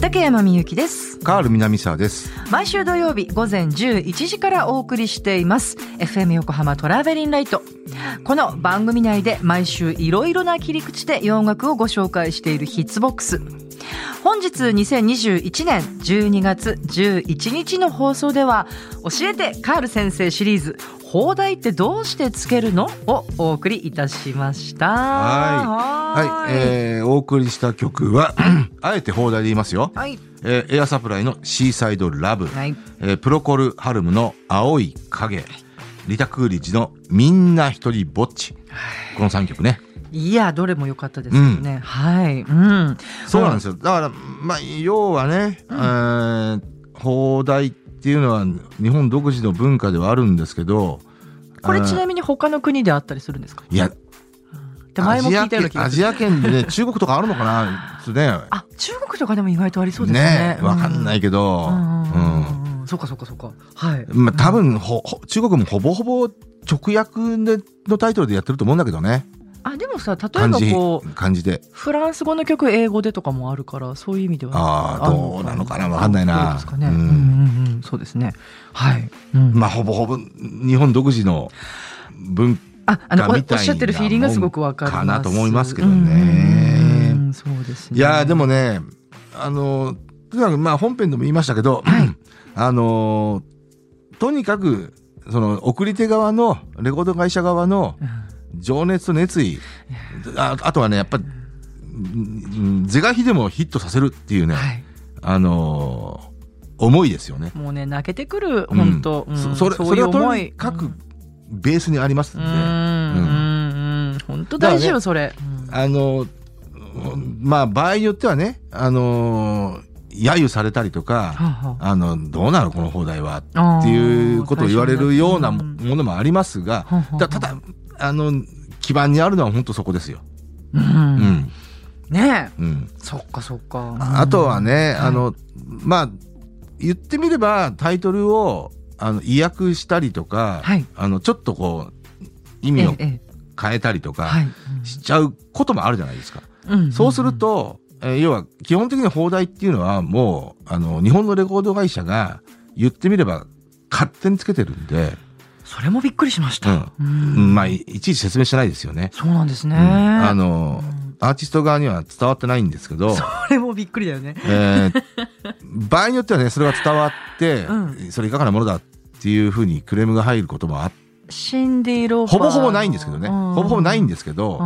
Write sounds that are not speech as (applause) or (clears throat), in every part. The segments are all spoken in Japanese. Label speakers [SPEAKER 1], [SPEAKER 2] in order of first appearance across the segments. [SPEAKER 1] 竹山みゆきです
[SPEAKER 2] カール南沢です。
[SPEAKER 1] 毎週土曜日午前11時からお送りしています FM 横浜トラベリンライトこの番組内で毎週いろいろな切り口で洋楽をご紹介しているヒッツボックス本日2021年12月11日の放送では教えてカール先生シリーズ放題ってどうしてつけるのをお送りいたしましたは
[SPEAKER 2] はい、えー、お送りした曲は、 (clears throat) あえて放題で言いますよ。
[SPEAKER 1] はい
[SPEAKER 2] えーエアサプライのシーサイドラブ、
[SPEAKER 1] はい
[SPEAKER 2] えープロコルハルムの青い影、リタクーリッジのみんな一人ぼっち。この三曲ね。
[SPEAKER 1] いやどれも良かったですよね、はいうん
[SPEAKER 2] そうなんですよ。だから、まあ、要はね、えー放題っていうのは日本独自の文化ではあるんですけど、
[SPEAKER 1] これち
[SPEAKER 2] あ
[SPEAKER 1] なみに他の国であったりするんですか
[SPEAKER 2] ーいや、
[SPEAKER 1] って前も聞いたような気が
[SPEAKER 2] ア
[SPEAKER 1] する
[SPEAKER 2] ジア圏アジア圏でね、中国とかあるのかな (laughs) ちょっとね。
[SPEAKER 1] あ中国とかでも意外とありそうですね
[SPEAKER 2] わかんないいけど、
[SPEAKER 1] ううん
[SPEAKER 2] うん
[SPEAKER 1] うん
[SPEAKER 2] ん
[SPEAKER 1] うんうんそうかそうかそうかはい
[SPEAKER 2] まあ多分ほ、ほ中国もほぼほぼ直訳でのタイトルでやってると思うんだけどね。
[SPEAKER 1] あでもさ例え
[SPEAKER 2] 漢
[SPEAKER 1] ば
[SPEAKER 2] 字
[SPEAKER 1] こう、
[SPEAKER 2] 漢字で。
[SPEAKER 1] フランス語の曲英語でとかもあるからそういう意味では
[SPEAKER 2] ああ、どうなのかなわかんない
[SPEAKER 1] そう
[SPEAKER 2] な
[SPEAKER 1] ですか。ね
[SPEAKER 2] う
[SPEAKER 1] うんうん
[SPEAKER 2] ん
[SPEAKER 1] うんうんそうですねはい、うん
[SPEAKER 2] まあほぼほぼ日本独自の文
[SPEAKER 1] ああのお
[SPEAKER 2] み
[SPEAKER 1] お
[SPEAKER 2] たいな
[SPEAKER 1] っしゃってるフィーリングはすごくわかります
[SPEAKER 2] もんかなと思いますけどね
[SPEAKER 1] うんうんうんそうですね
[SPEAKER 2] いやーでもね、あのーとにかくまあ本編でも言いました
[SPEAKER 1] (clears throat)
[SPEAKER 2] けど、あのーとにかく、その送り手側の、レコード会社側の
[SPEAKER 1] うん
[SPEAKER 2] 情熱と熱意、ああとはね、やっぱり、うん是が非でもヒットさせるっていうね、
[SPEAKER 1] はい
[SPEAKER 2] あのー思いですよね。
[SPEAKER 1] もうね泣けてくる本当、
[SPEAKER 2] うん
[SPEAKER 1] うん
[SPEAKER 2] そそれ
[SPEAKER 1] そういう
[SPEAKER 2] それは
[SPEAKER 1] 思
[SPEAKER 2] と
[SPEAKER 1] い
[SPEAKER 2] にかくベースにあります
[SPEAKER 1] うんん
[SPEAKER 2] で、
[SPEAKER 1] う
[SPEAKER 2] あ
[SPEAKER 1] んうん本当大事よ、それ、
[SPEAKER 2] のーまあ場合によってはね、あのー揶揄されたりとか、あの、どうなのこの放題はっていうことを言われるようなもものもありますが
[SPEAKER 1] ほうほうほ、う
[SPEAKER 2] たただ、あの、基盤にあるのは本当そこですよ。
[SPEAKER 1] うん
[SPEAKER 2] う
[SPEAKER 1] うん
[SPEAKER 2] ん。
[SPEAKER 1] ねえ
[SPEAKER 2] うん。
[SPEAKER 1] そっかそっか
[SPEAKER 2] ああとはね、あの、まあ、言ってみればタイトルを、あの、意訳したりとか
[SPEAKER 1] はい、
[SPEAKER 2] あの、ちょっとこう、意
[SPEAKER 1] え
[SPEAKER 2] 味を
[SPEAKER 1] ええ
[SPEAKER 2] 変えたりと
[SPEAKER 1] えは
[SPEAKER 2] か
[SPEAKER 1] い
[SPEAKER 2] しちゃうこともあるじゃないですか。
[SPEAKER 1] うんうん
[SPEAKER 2] そうすると、えー要は基本的に放題っていうのはもう、あの、日本のレコード会社が言ってみれば勝手につけてるんで、
[SPEAKER 1] それもびっくりしました、う
[SPEAKER 2] うんんまあ、いいちいち説明してないですよね。
[SPEAKER 1] そうなんですね、
[SPEAKER 2] うんあの
[SPEAKER 1] うん、
[SPEAKER 2] アーティスト側には伝わってないんですけど、
[SPEAKER 1] それもびっくりだよね
[SPEAKER 2] えー場合によってはね、それが伝わって、
[SPEAKER 1] う
[SPEAKER 2] それいかがなものだっていうふうにクレームが入ることもあっ
[SPEAKER 1] シンディ・ローパー
[SPEAKER 2] ほぼほぼないんですけどね。ほぼほぼないん
[SPEAKER 1] で
[SPEAKER 2] ですけど、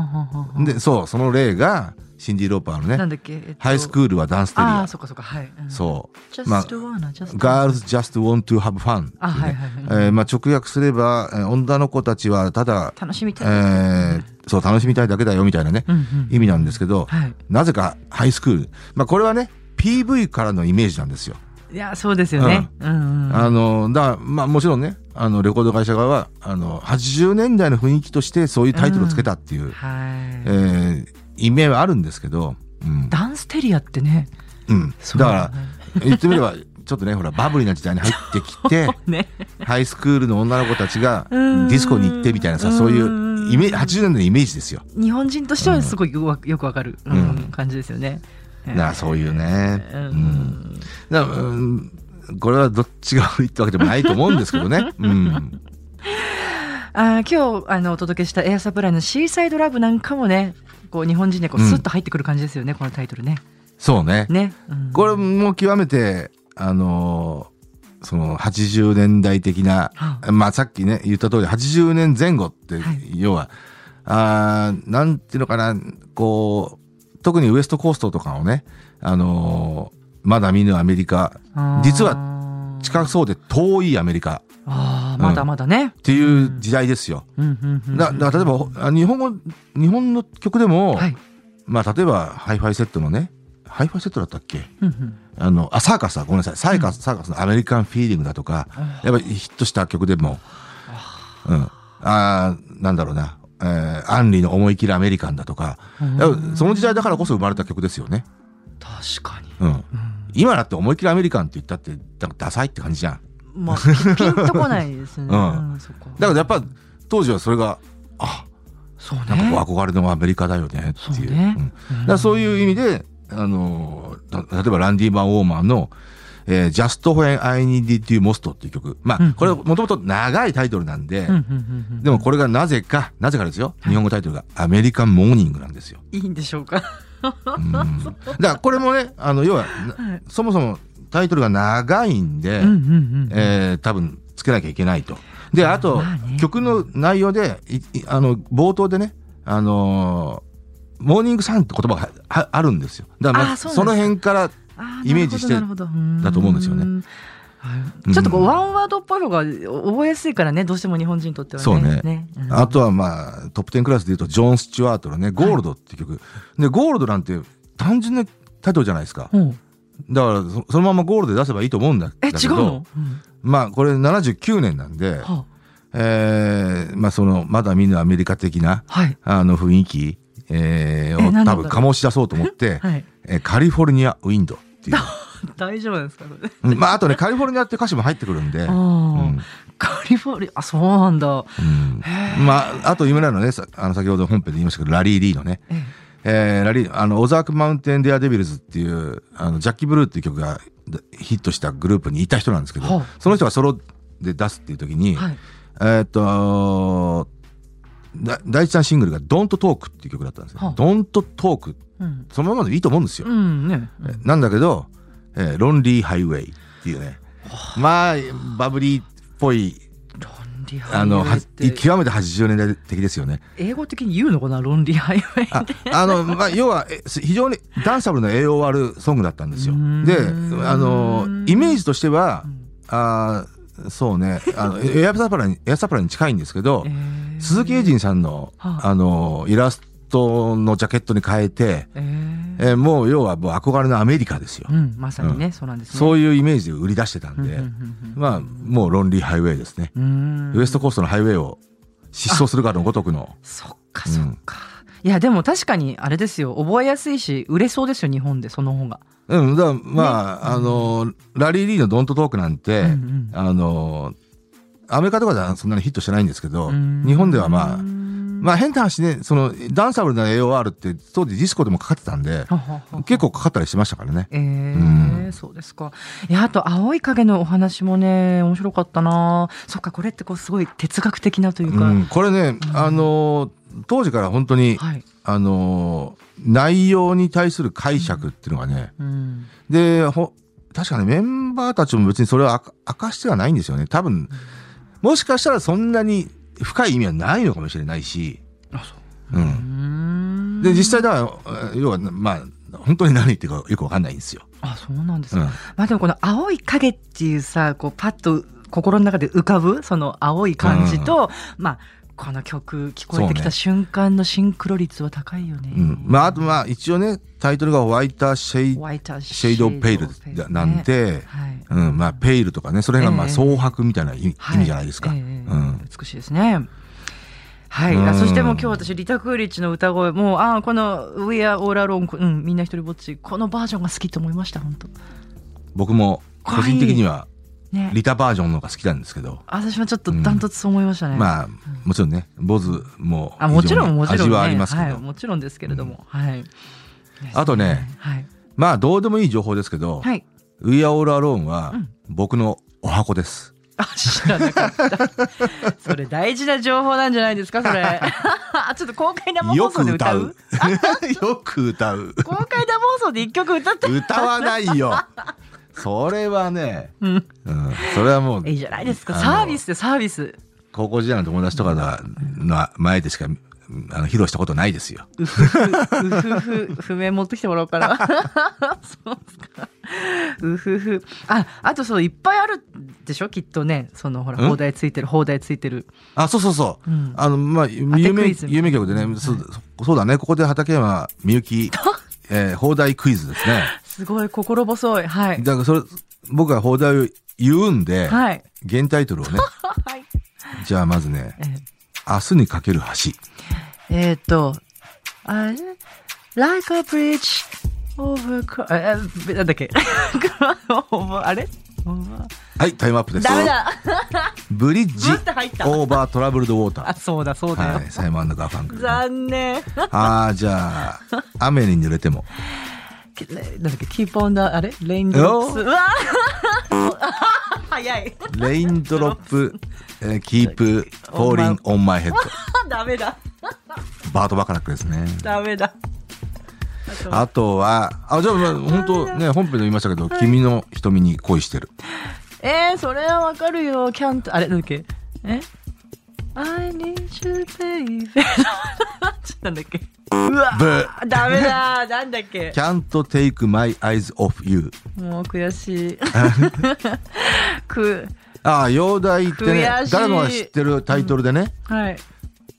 [SPEAKER 1] で
[SPEAKER 2] で、そう、その例が、シンディ・ローパーの
[SPEAKER 1] な
[SPEAKER 2] ね、
[SPEAKER 1] んだっけ、えっと
[SPEAKER 2] ハイスクールはダンステリ
[SPEAKER 1] あ
[SPEAKER 2] ア
[SPEAKER 1] あ。そっかそっかはい、うん
[SPEAKER 2] そう。まあ
[SPEAKER 1] Just wanna, just wanna
[SPEAKER 2] ガールズ・ジャスト・ウォン・トゥ・ハブ・ファン。
[SPEAKER 1] あはいはいはい
[SPEAKER 2] えーまあ、直訳すれば、えー女の子たちはただ、
[SPEAKER 1] 楽しみ
[SPEAKER 2] え
[SPEAKER 1] たいです
[SPEAKER 2] ーそう、楽しみたいだけだよみたいなね、
[SPEAKER 1] うんうん
[SPEAKER 2] 意味なんですけど、
[SPEAKER 1] はい
[SPEAKER 2] なぜかハイスクール。まあ、これはね、PV からのイメージなんですよ。
[SPEAKER 1] いやそうですよね、うんうんうん
[SPEAKER 2] あの、だから、まあ、もちろんね、あの、レコード会社側は、あの、80年代の雰囲気としてそういうタイトルをつけたってい
[SPEAKER 1] は
[SPEAKER 2] う、
[SPEAKER 1] い、
[SPEAKER 2] えー意味合いはあるんですけど、うん。
[SPEAKER 1] ダンステリアってね
[SPEAKER 2] うん、
[SPEAKER 1] そ
[SPEAKER 2] だ
[SPEAKER 1] うだ
[SPEAKER 2] か
[SPEAKER 1] ね
[SPEAKER 2] ら、言ってみれば、ちょっとね、ほら、バブリーな時代に入ってき
[SPEAKER 1] (laughs)
[SPEAKER 2] て、
[SPEAKER 1] ね
[SPEAKER 2] ハイスクールの女の子たちがデ
[SPEAKER 1] うん
[SPEAKER 2] ィスコに行ってみたいなさ、そういうイメージ、80年代のイメージですよ。
[SPEAKER 1] 日本人としてはすごいよくよくわかる、うん
[SPEAKER 2] うん
[SPEAKER 1] 感じですよね。
[SPEAKER 2] だからそういうね。
[SPEAKER 1] う
[SPEAKER 2] うんん。だからうんこれはどっちが悪いってわけでもないと思うんですけどね。うん。
[SPEAKER 1] あー今日あのお届けしたエアサプライのシーサイドラブなんかもね、こう日本人でこう
[SPEAKER 2] うん
[SPEAKER 1] スッと入ってくる感じですよね、このタイトルね。
[SPEAKER 2] そうね。
[SPEAKER 1] ね。うん
[SPEAKER 2] これも極めて、あのーその80年代的な、
[SPEAKER 1] は
[SPEAKER 2] まあさっきね、言った通り80年前後って、
[SPEAKER 1] はい
[SPEAKER 2] 要は、あーなんていうのかな、こう、特にウエストコーストとかをね、あのーまだ見ぬアメリカ、実は
[SPEAKER 1] は
[SPEAKER 2] 近そうで遠いアメリカ
[SPEAKER 1] あーまだまだね。
[SPEAKER 2] っていう時代ですよ。
[SPEAKER 1] うんうんうんうん
[SPEAKER 2] だだから例えばほあ日本語日本の曲でも、
[SPEAKER 1] はい。
[SPEAKER 2] まあ例えばハイファイセットのねハイファイセットだったっけ
[SPEAKER 1] うんうん
[SPEAKER 2] あのあサーカスだごめんなさいサーカス、サーカスの「アメリカン・フィーリング」だとかやっぱりヒットした曲でも、うん、あーなんだろうな、えーアンリの「思い切りアメリカン」だとかやっぱその時代だからこそ生まれた曲ですよね。
[SPEAKER 1] 確かに。
[SPEAKER 2] うん今だって思い切りアメリカンって言ったってなんかダサいって感じじゃん。
[SPEAKER 1] まあピン (laughs) とこないですね。
[SPEAKER 2] うん
[SPEAKER 1] うんそこ
[SPEAKER 2] だからやっぱ当時はそれが、あ、
[SPEAKER 1] そうね。
[SPEAKER 2] なんかこう憧れのアメリカだよねっていう。
[SPEAKER 1] そうね
[SPEAKER 2] うんだからそういう意味で、あの、た例えばランディ・バン・ウォーマーの、えー、Just When I Needed You Most っていう曲。ま
[SPEAKER 1] うんうん
[SPEAKER 2] あ、これもともと長いタイトルなん
[SPEAKER 1] うん、
[SPEAKER 2] で
[SPEAKER 1] うんうんうん
[SPEAKER 2] でもこれがなぜか、なぜかですよ。日本語タイトルがアメリカンモーニングなん
[SPEAKER 1] (laughs)
[SPEAKER 2] ですよ。
[SPEAKER 1] いいんでしょうか。
[SPEAKER 2] うんだからこれもね、あの、要は、なそもそもタイトルが長いんで、
[SPEAKER 1] うんうんうん
[SPEAKER 2] えー多分つけなきゃいけないと。で、あと、
[SPEAKER 1] まあね
[SPEAKER 2] 曲の内容で、いいあの、冒頭でね、あのーモーニングサンって言葉がははあるんですよ。だから、ま
[SPEAKER 1] あー
[SPEAKER 2] あ、
[SPEAKER 1] そう
[SPEAKER 2] そ
[SPEAKER 1] な
[SPEAKER 2] の
[SPEAKER 1] んです
[SPEAKER 2] 辺から、
[SPEAKER 1] あ
[SPEAKER 2] イメージして
[SPEAKER 1] なるほどなるほど
[SPEAKER 2] だと思うんですよね
[SPEAKER 1] んはいちょっとこう
[SPEAKER 2] うん
[SPEAKER 1] ワンワードっぽい方が覚えやすいからね、どうしても日本人にとってはね。
[SPEAKER 2] そうね
[SPEAKER 1] うん
[SPEAKER 2] あとはまあ、トップ10クラスで言うと、ジョン・スチュワートのね、ゴールドって曲。で、ゴールドなんて単純なタイトルじゃないですか。
[SPEAKER 1] うん
[SPEAKER 2] だからそ、そのままゴールドで出せばいいと思うんだ
[SPEAKER 1] え、
[SPEAKER 2] だ
[SPEAKER 1] 違
[SPEAKER 2] け
[SPEAKER 1] う
[SPEAKER 2] ど
[SPEAKER 1] のうん
[SPEAKER 2] まあ、これ79年なんで、
[SPEAKER 1] は
[SPEAKER 2] えーまあ、その、まだ見ぬアメリカ的な、
[SPEAKER 1] はい。
[SPEAKER 2] あの雰囲気、えー
[SPEAKER 1] えなん
[SPEAKER 2] を
[SPEAKER 1] だろう
[SPEAKER 2] 多分醸し出そうと思って、
[SPEAKER 1] (laughs) はい。
[SPEAKER 2] えーカリフォルニアウィンドっていう。
[SPEAKER 1] 大丈夫なんですか、これ。
[SPEAKER 2] うんまあ、あとね、カリフォルニアって歌詞も入ってくるんで、
[SPEAKER 1] ああ、カリフォルニア、あ、そうなんだ。
[SPEAKER 2] うんまあ、あと、今村のね、さあの、先ほど本編で言いましたけど、ラリー・リーのね、
[SPEAKER 1] ええ
[SPEAKER 2] えーラリー、あの、オザーク・マウンテン・デア・デビルズっていう、あの、ジャッキー・ブルーっていう曲がでヒットしたグループにいた人なんですけど、
[SPEAKER 1] はあ
[SPEAKER 2] その人がソロで出すっていう時に、
[SPEAKER 1] はい。
[SPEAKER 2] えーっと、だ第一弾シングルが「ドントトーク」っていう曲だったんです
[SPEAKER 1] はあ
[SPEAKER 2] よ。ドントトーク
[SPEAKER 1] うん。
[SPEAKER 2] そのままでいいと思うんですよ。
[SPEAKER 1] うんね。
[SPEAKER 2] えなんだけど、えーロンリーハイウェイっていうね、まあ、バブリーっぽい、
[SPEAKER 1] ロンリーハ
[SPEAKER 2] あ
[SPEAKER 1] イウ
[SPEAKER 2] の、
[SPEAKER 1] ェイ
[SPEAKER 2] は
[SPEAKER 1] っ
[SPEAKER 2] 極
[SPEAKER 1] て。
[SPEAKER 2] めて80年代的です
[SPEAKER 1] (laughs)
[SPEAKER 2] よね。
[SPEAKER 1] 英語的に言うのかな、ロンリーハイウェイ
[SPEAKER 2] あ
[SPEAKER 1] って。
[SPEAKER 2] あの、まあ、要は、えす非常にダンサブルな AOR ソングだったんですよ
[SPEAKER 1] うーん。
[SPEAKER 2] で、あの、イメージとしては、あーそうね、あの、エアサプラに、エアサプラに近いんですけど
[SPEAKER 1] え、ー
[SPEAKER 2] 鈴木エイジンさんの、
[SPEAKER 1] はあ
[SPEAKER 2] あの、イラストのジャケットに変えて、
[SPEAKER 1] えー
[SPEAKER 2] えーもう要はもう憧れのアメリカですよ
[SPEAKER 1] う。ん、まさにね、そうなんですね。
[SPEAKER 2] そういうイメージで売り出してたんで、まあ、もうロンリーハイウェイですね。
[SPEAKER 1] うーん。
[SPEAKER 2] ウエストコーストのハイウェイを疾走するかのごとくの。
[SPEAKER 1] そっかそっか。いやでも確かにあれですよ覚えやすいし売れそうですよ日本でその方が
[SPEAKER 2] うん、だからまあ、あの、ラリー・リーのドントトークなんて、
[SPEAKER 1] うんうん
[SPEAKER 2] あの、アメリカとかではそんなにヒットしてないんですけど、
[SPEAKER 1] うん
[SPEAKER 2] 日本ではまあ、
[SPEAKER 1] うん
[SPEAKER 2] まあ変な話ね、そのダンサブルな AOR って当時ディスコでもかかってたんで、
[SPEAKER 1] ははは
[SPEAKER 2] 結構かかったりしてましたからね。
[SPEAKER 1] えーそうですか。いや、あと、青い影のお話もね、面白かったなそっか、これってこう、すごい哲学的なというか。
[SPEAKER 2] うん、これね、あの、当時から本当に、
[SPEAKER 1] はい。
[SPEAKER 2] あの、内容に対する解釈っていうのがね、
[SPEAKER 1] うん。
[SPEAKER 2] で、ほ、確かね、メンバーたちも別にそれは明かしてはないんですよね。多分、もしかしたらそんなに深い意味はないのかもしれないし。
[SPEAKER 1] あ、そううー
[SPEAKER 2] ん。
[SPEAKER 1] ん。
[SPEAKER 2] で、実際だから、え要は、まあ、本当に何言ってるかよくわかんないんですよ。
[SPEAKER 1] あ、そうなんです
[SPEAKER 2] う
[SPEAKER 1] か。
[SPEAKER 2] ん。
[SPEAKER 1] まあ、でも、この青い影っていうさ、こう、パッと心の中で浮かぶ、その青い感じと、まあ、この曲聞こえてき
[SPEAKER 2] そ
[SPEAKER 1] た
[SPEAKER 2] うね
[SPEAKER 1] 瞬間のシンクロ率は高いよね。
[SPEAKER 2] うん、まあ、あとまあ、一応ね、タイトルがホワイターシェイ
[SPEAKER 1] ホワイト
[SPEAKER 2] シェイドペイルだなん
[SPEAKER 1] ね。
[SPEAKER 2] で、
[SPEAKER 1] はい。
[SPEAKER 2] うん、まあ、ペイルとかね、それがまあ、
[SPEAKER 1] ええ
[SPEAKER 2] 蒼白みたいな意味
[SPEAKER 1] は
[SPEAKER 2] 意味じゃないですか。
[SPEAKER 1] ええ
[SPEAKER 2] うん。
[SPEAKER 1] 美しいですね。はい、
[SPEAKER 2] う
[SPEAKER 1] あ
[SPEAKER 2] ん
[SPEAKER 1] そしてもう今日私リタ・クーリッチの歌声もうあーこの「We Are All Alone」うん、みんな一人ぼっちこのバージョンが好きと思いました本当
[SPEAKER 2] 僕も、個人的には、
[SPEAKER 1] ね
[SPEAKER 2] リタバージョンの方が好きなんですけど。
[SPEAKER 1] 私もちょっとダントツそう思いましたね、
[SPEAKER 2] まあ、もちろんね、坊主も、
[SPEAKER 1] あもちろんもちろん、ね、
[SPEAKER 2] 味はありますけど、
[SPEAKER 1] はい、もちろんですけれども、はい
[SPEAKER 2] あとね、
[SPEAKER 1] はい、
[SPEAKER 2] まあ、どうでもいい情報ですけど、
[SPEAKER 1] はい、
[SPEAKER 2] We Are All Alone は
[SPEAKER 1] うん、
[SPEAKER 2] 僕のお箱です。
[SPEAKER 1] あ知らなかったそれ大事な情報なんじゃないですかそれ
[SPEAKER 2] (laughs)
[SPEAKER 1] あちょっと公開生放
[SPEAKER 2] よ
[SPEAKER 1] 送
[SPEAKER 2] く
[SPEAKER 1] で
[SPEAKER 2] 歌
[SPEAKER 1] 歌う
[SPEAKER 2] う。 (laughs) よく歌う。
[SPEAKER 1] 公開生放送で一曲
[SPEAKER 2] (laughs)
[SPEAKER 1] 歌って
[SPEAKER 2] 歌わないよ。それはね、
[SPEAKER 1] うん
[SPEAKER 2] うん、それはもう、
[SPEAKER 1] いいじゃないですか。
[SPEAKER 2] あの
[SPEAKER 1] サービスでサービス。
[SPEAKER 2] 高校時代の友達とかの前でしか、あの披露したことないですよ。
[SPEAKER 1] うふふ、うふふ、譜面持ってきてもらおうか
[SPEAKER 2] (laughs)
[SPEAKER 1] な。そうっすか。うふふ。あ、あとそう、いっぱいあるでしょきっとね。その、ほら、
[SPEAKER 2] ん
[SPEAKER 1] 放題ついてる、放題ついてる。
[SPEAKER 2] あ、そうそうそう。
[SPEAKER 1] うん
[SPEAKER 2] あの、まあ、有
[SPEAKER 1] ク
[SPEAKER 2] 名
[SPEAKER 1] イズ、みたいな
[SPEAKER 2] 有名曲でね、そうそうだね、ここで畠山みゆき、
[SPEAKER 1] (laughs)
[SPEAKER 2] えー、放題クイズですね。
[SPEAKER 1] すごい、心細い。はい。
[SPEAKER 2] だからそれ、僕は放題を言うんで、 (laughs)
[SPEAKER 1] はい。
[SPEAKER 2] 原タイトルを
[SPEAKER 1] (laughs)
[SPEAKER 2] ね、
[SPEAKER 1] はい。
[SPEAKER 2] じゃあまずね
[SPEAKER 1] え、ー
[SPEAKER 2] 明日にかける橋。
[SPEAKER 1] えーっと、あれ ?like a bridge over, cro- えーなんだっけ over- (laughs) あれ over-
[SPEAKER 2] はい、タイムアップです。
[SPEAKER 1] ダメだ
[SPEAKER 2] ブリッジ
[SPEAKER 1] ブって入っ、た
[SPEAKER 2] オーバートラブルドウォータ
[SPEAKER 1] あ、そうだ、そうだ
[SPEAKER 2] ー。
[SPEAKER 1] よ。
[SPEAKER 2] はい、サイモンガーファンクル、ね。
[SPEAKER 1] 残念。 (laughs)
[SPEAKER 2] ああ、じゃあ、雨に濡れても。
[SPEAKER 1] けきなんだっけ、キーポンだ、あれレインドロップス。うわ (laughs) 早い。 (laughs)
[SPEAKER 2] レインドロップ、えーキープ、フォーリン、オンマイヘッド。
[SPEAKER 1] ダメだ。
[SPEAKER 2] バート・バカラックで
[SPEAKER 1] (laughs)
[SPEAKER 2] すね。
[SPEAKER 1] ダメだ。
[SPEAKER 2] あとは、あ、じゃあ、まあ本当ね、本編でも言いましたけど、君の瞳に恋してる。
[SPEAKER 1] えー、それはわかるよ。キャント、あれ、なんだっけえ ?I need you, baby. (laughs) なんだっけうわ
[SPEAKER 2] ブ
[SPEAKER 1] ダメだなんだっけ
[SPEAKER 2] Can't take my eyes off you。
[SPEAKER 1] もう悔
[SPEAKER 2] (laughs)
[SPEAKER 1] しい。く、
[SPEAKER 2] ああ、容体ってね
[SPEAKER 1] 悔し、い
[SPEAKER 2] 誰もが知ってるタイトルでね。
[SPEAKER 1] はい。っ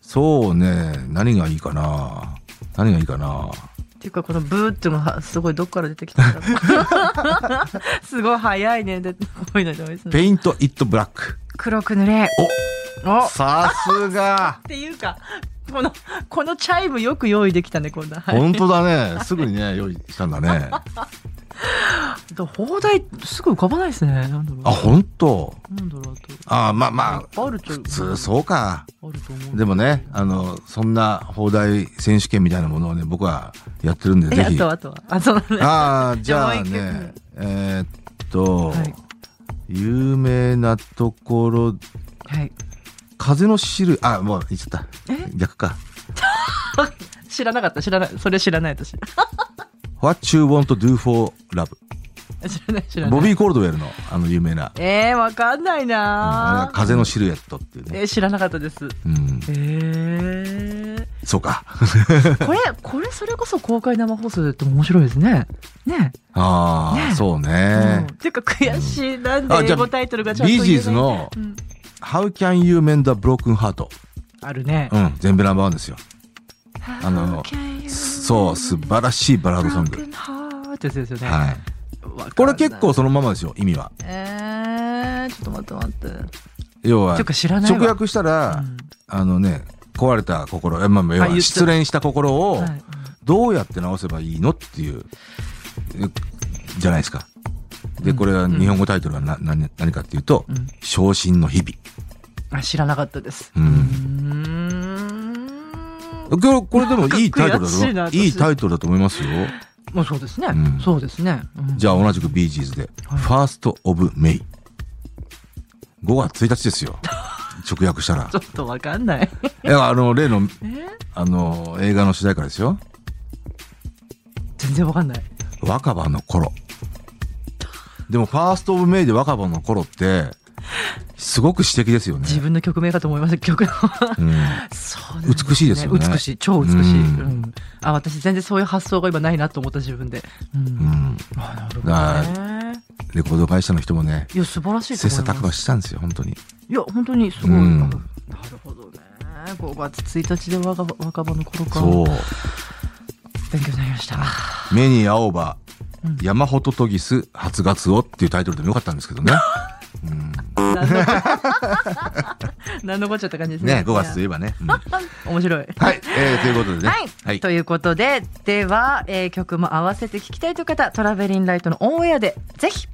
[SPEAKER 2] そうね、何がいいかな。何がいいかな。
[SPEAKER 1] ていうか、このブーっていうのは、すごいどっから出てきたんだろう
[SPEAKER 2] (laughs)
[SPEAKER 1] すごい早いね。で、こういうのダメですね。
[SPEAKER 2] Paint it black。
[SPEAKER 1] 黒く塗れ。おっ
[SPEAKER 2] さすが
[SPEAKER 1] っ。ていうか、この、このチャイムよく用意できたね、こんな。はい
[SPEAKER 2] 本当だね。すぐに
[SPEAKER 1] (laughs)
[SPEAKER 2] ね、用意したんだね。
[SPEAKER 1] 放題、すぐ浮かばないですね。なんだろう。
[SPEAKER 2] あ、本当。
[SPEAKER 1] なんだろうあと。
[SPEAKER 2] ああ、まあまあ、
[SPEAKER 1] あると
[SPEAKER 2] 普通そうか。
[SPEAKER 1] あると思う。
[SPEAKER 2] でもね、あの、そんな放題選手権みたいなものをね、僕はやってるんで、
[SPEAKER 1] え、
[SPEAKER 2] ぜ
[SPEAKER 1] あ
[SPEAKER 2] ひ。
[SPEAKER 1] とは
[SPEAKER 2] あ
[SPEAKER 1] あとは。あ、そうだね。
[SPEAKER 2] あー、じゃ
[SPEAKER 1] (laughs) じゃあもう
[SPEAKER 2] あね、えーっと、
[SPEAKER 1] はい
[SPEAKER 2] 有名なところ、
[SPEAKER 1] はい。
[SPEAKER 2] 風の汁、あ、もう言っちゃった
[SPEAKER 1] え。
[SPEAKER 2] 逆か。
[SPEAKER 1] 知らなかった、知らない。それ知らない、私。 (laughs) 知
[SPEAKER 2] What you want to do for love。
[SPEAKER 1] らない、知らない。
[SPEAKER 2] ボビー・コールドウェルの、あの、有名な、
[SPEAKER 1] えー、わかんない
[SPEAKER 2] あれ
[SPEAKER 1] な
[SPEAKER 2] が風のシルエットっていうね。
[SPEAKER 1] えー、知らなかったです。
[SPEAKER 2] うん、
[SPEAKER 1] えー、
[SPEAKER 2] そうか。
[SPEAKER 1] これ、これ、それこそ公開生放送でって面白いですね。ね。
[SPEAKER 2] ああ、
[SPEAKER 1] ね
[SPEAKER 2] そう
[SPEAKER 1] うん
[SPEAKER 2] ね。
[SPEAKER 1] ていうか、悔しい。なん
[SPEAKER 2] あ
[SPEAKER 1] で英
[SPEAKER 2] じゃあ
[SPEAKER 1] 語タイトルがちゃんと
[SPEAKER 2] ビ
[SPEAKER 1] 言え
[SPEAKER 2] ー
[SPEAKER 1] ない。
[SPEAKER 2] ジーズの
[SPEAKER 1] うん。
[SPEAKER 2] How can you mend a broken heart?
[SPEAKER 1] あるね
[SPEAKER 2] う。ん、全部ナンバーワンですよ。あの
[SPEAKER 1] How can you
[SPEAKER 2] そう、素晴らしいバラードソン
[SPEAKER 1] broken
[SPEAKER 2] グ。
[SPEAKER 1] heart ってやつですよね。
[SPEAKER 2] はい。
[SPEAKER 1] わかんない
[SPEAKER 2] これ結構。そのままですよ、意味は。
[SPEAKER 1] えー、ちょっと待って待って。
[SPEAKER 2] 要は
[SPEAKER 1] ていう、か知らないわ。
[SPEAKER 2] 直訳したら、
[SPEAKER 1] うん
[SPEAKER 2] あのね、壊れた心、えまあ、要
[SPEAKER 1] あ言っ
[SPEAKER 2] は
[SPEAKER 1] て
[SPEAKER 2] 失恋した心を
[SPEAKER 1] はいうん
[SPEAKER 2] どうやって直せばいいのっていう、えじゃないですか。で、これは日本語タイトルはな何何かっていうと
[SPEAKER 1] うん、
[SPEAKER 2] 昇進の日々。
[SPEAKER 1] あ知らなかったです。
[SPEAKER 2] う
[SPEAKER 1] うんーん。
[SPEAKER 2] これこれでもいいタイトル
[SPEAKER 1] 悔
[SPEAKER 2] だ
[SPEAKER 1] しいな
[SPEAKER 2] と、
[SPEAKER 1] 私
[SPEAKER 2] いいタイトルだと思いますよ。
[SPEAKER 1] まあそうですね。
[SPEAKER 2] うん
[SPEAKER 1] そうですね。うん
[SPEAKER 2] じゃあ同じくビージーズで、
[SPEAKER 1] はい
[SPEAKER 2] ファーストオブメイ。5月1日で
[SPEAKER 1] (laughs)
[SPEAKER 2] すよ。直訳したら
[SPEAKER 1] ちょ。っとわかんない。 (laughs)
[SPEAKER 2] いや、あの、例の、
[SPEAKER 1] えー
[SPEAKER 2] あの、映画の主題歌ですよ。
[SPEAKER 1] 全然わかんない。
[SPEAKER 2] 若葉の頃。でも、ファーストオブメイで若葉の頃って、すごく詩的ですよね。
[SPEAKER 1] 自分の曲名かと思いました。曲の。
[SPEAKER 2] (laughs) うん、
[SPEAKER 1] そうなんだ
[SPEAKER 2] 美しいですよね
[SPEAKER 1] 美しい。超美しい。
[SPEAKER 2] うん
[SPEAKER 1] うんあ私全然そういう発想が今ないなと思った自分で。うん
[SPEAKER 2] うん。
[SPEAKER 1] あなるほどね。
[SPEAKER 2] レコード会社の人もね、
[SPEAKER 1] いや素晴らしいと
[SPEAKER 2] 切磋
[SPEAKER 1] 思い
[SPEAKER 2] 琢
[SPEAKER 1] ま
[SPEAKER 2] 磨
[SPEAKER 1] す。
[SPEAKER 2] したんですよ、本当に。
[SPEAKER 1] いや本当にすごい。
[SPEAKER 2] うん
[SPEAKER 1] なるほどね。5月1日で若葉若葉の頃か。
[SPEAKER 2] そう。
[SPEAKER 1] 勉強になりました。
[SPEAKER 2] (laughs) 目に青葉
[SPEAKER 1] うん、
[SPEAKER 2] 山ほととぎす、初ガツオっていうタイトルでもよかったんですけどね。
[SPEAKER 1] (laughs) 何の何のこっちゃった感じですね。
[SPEAKER 2] ね、5月といえばね。
[SPEAKER 1] (laughs)
[SPEAKER 2] うんは
[SPEAKER 1] 面白
[SPEAKER 2] (laughs)
[SPEAKER 1] い。
[SPEAKER 2] い、えーということでね。
[SPEAKER 1] はい、
[SPEAKER 2] はい
[SPEAKER 1] ということででは、えー曲も合わせて聴きたいという方トラベリンライトのオンエアでぜひ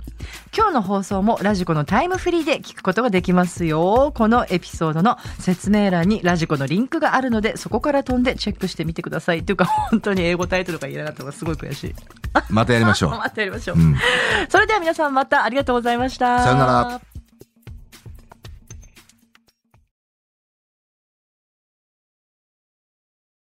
[SPEAKER 1] 今日の放送もラジコのタイムフリーで聞くことができますよこのエピソードの説明欄にラジコのリンクがあるのでそこから飛んでチェックしてみてくださいというか本当に英語タイトルが言えなかったのがすごい悔しい
[SPEAKER 2] またやりましょう。
[SPEAKER 1] 待ってやりましょう、
[SPEAKER 2] うん
[SPEAKER 1] それでは皆さんまたありがとうございました
[SPEAKER 2] さよなら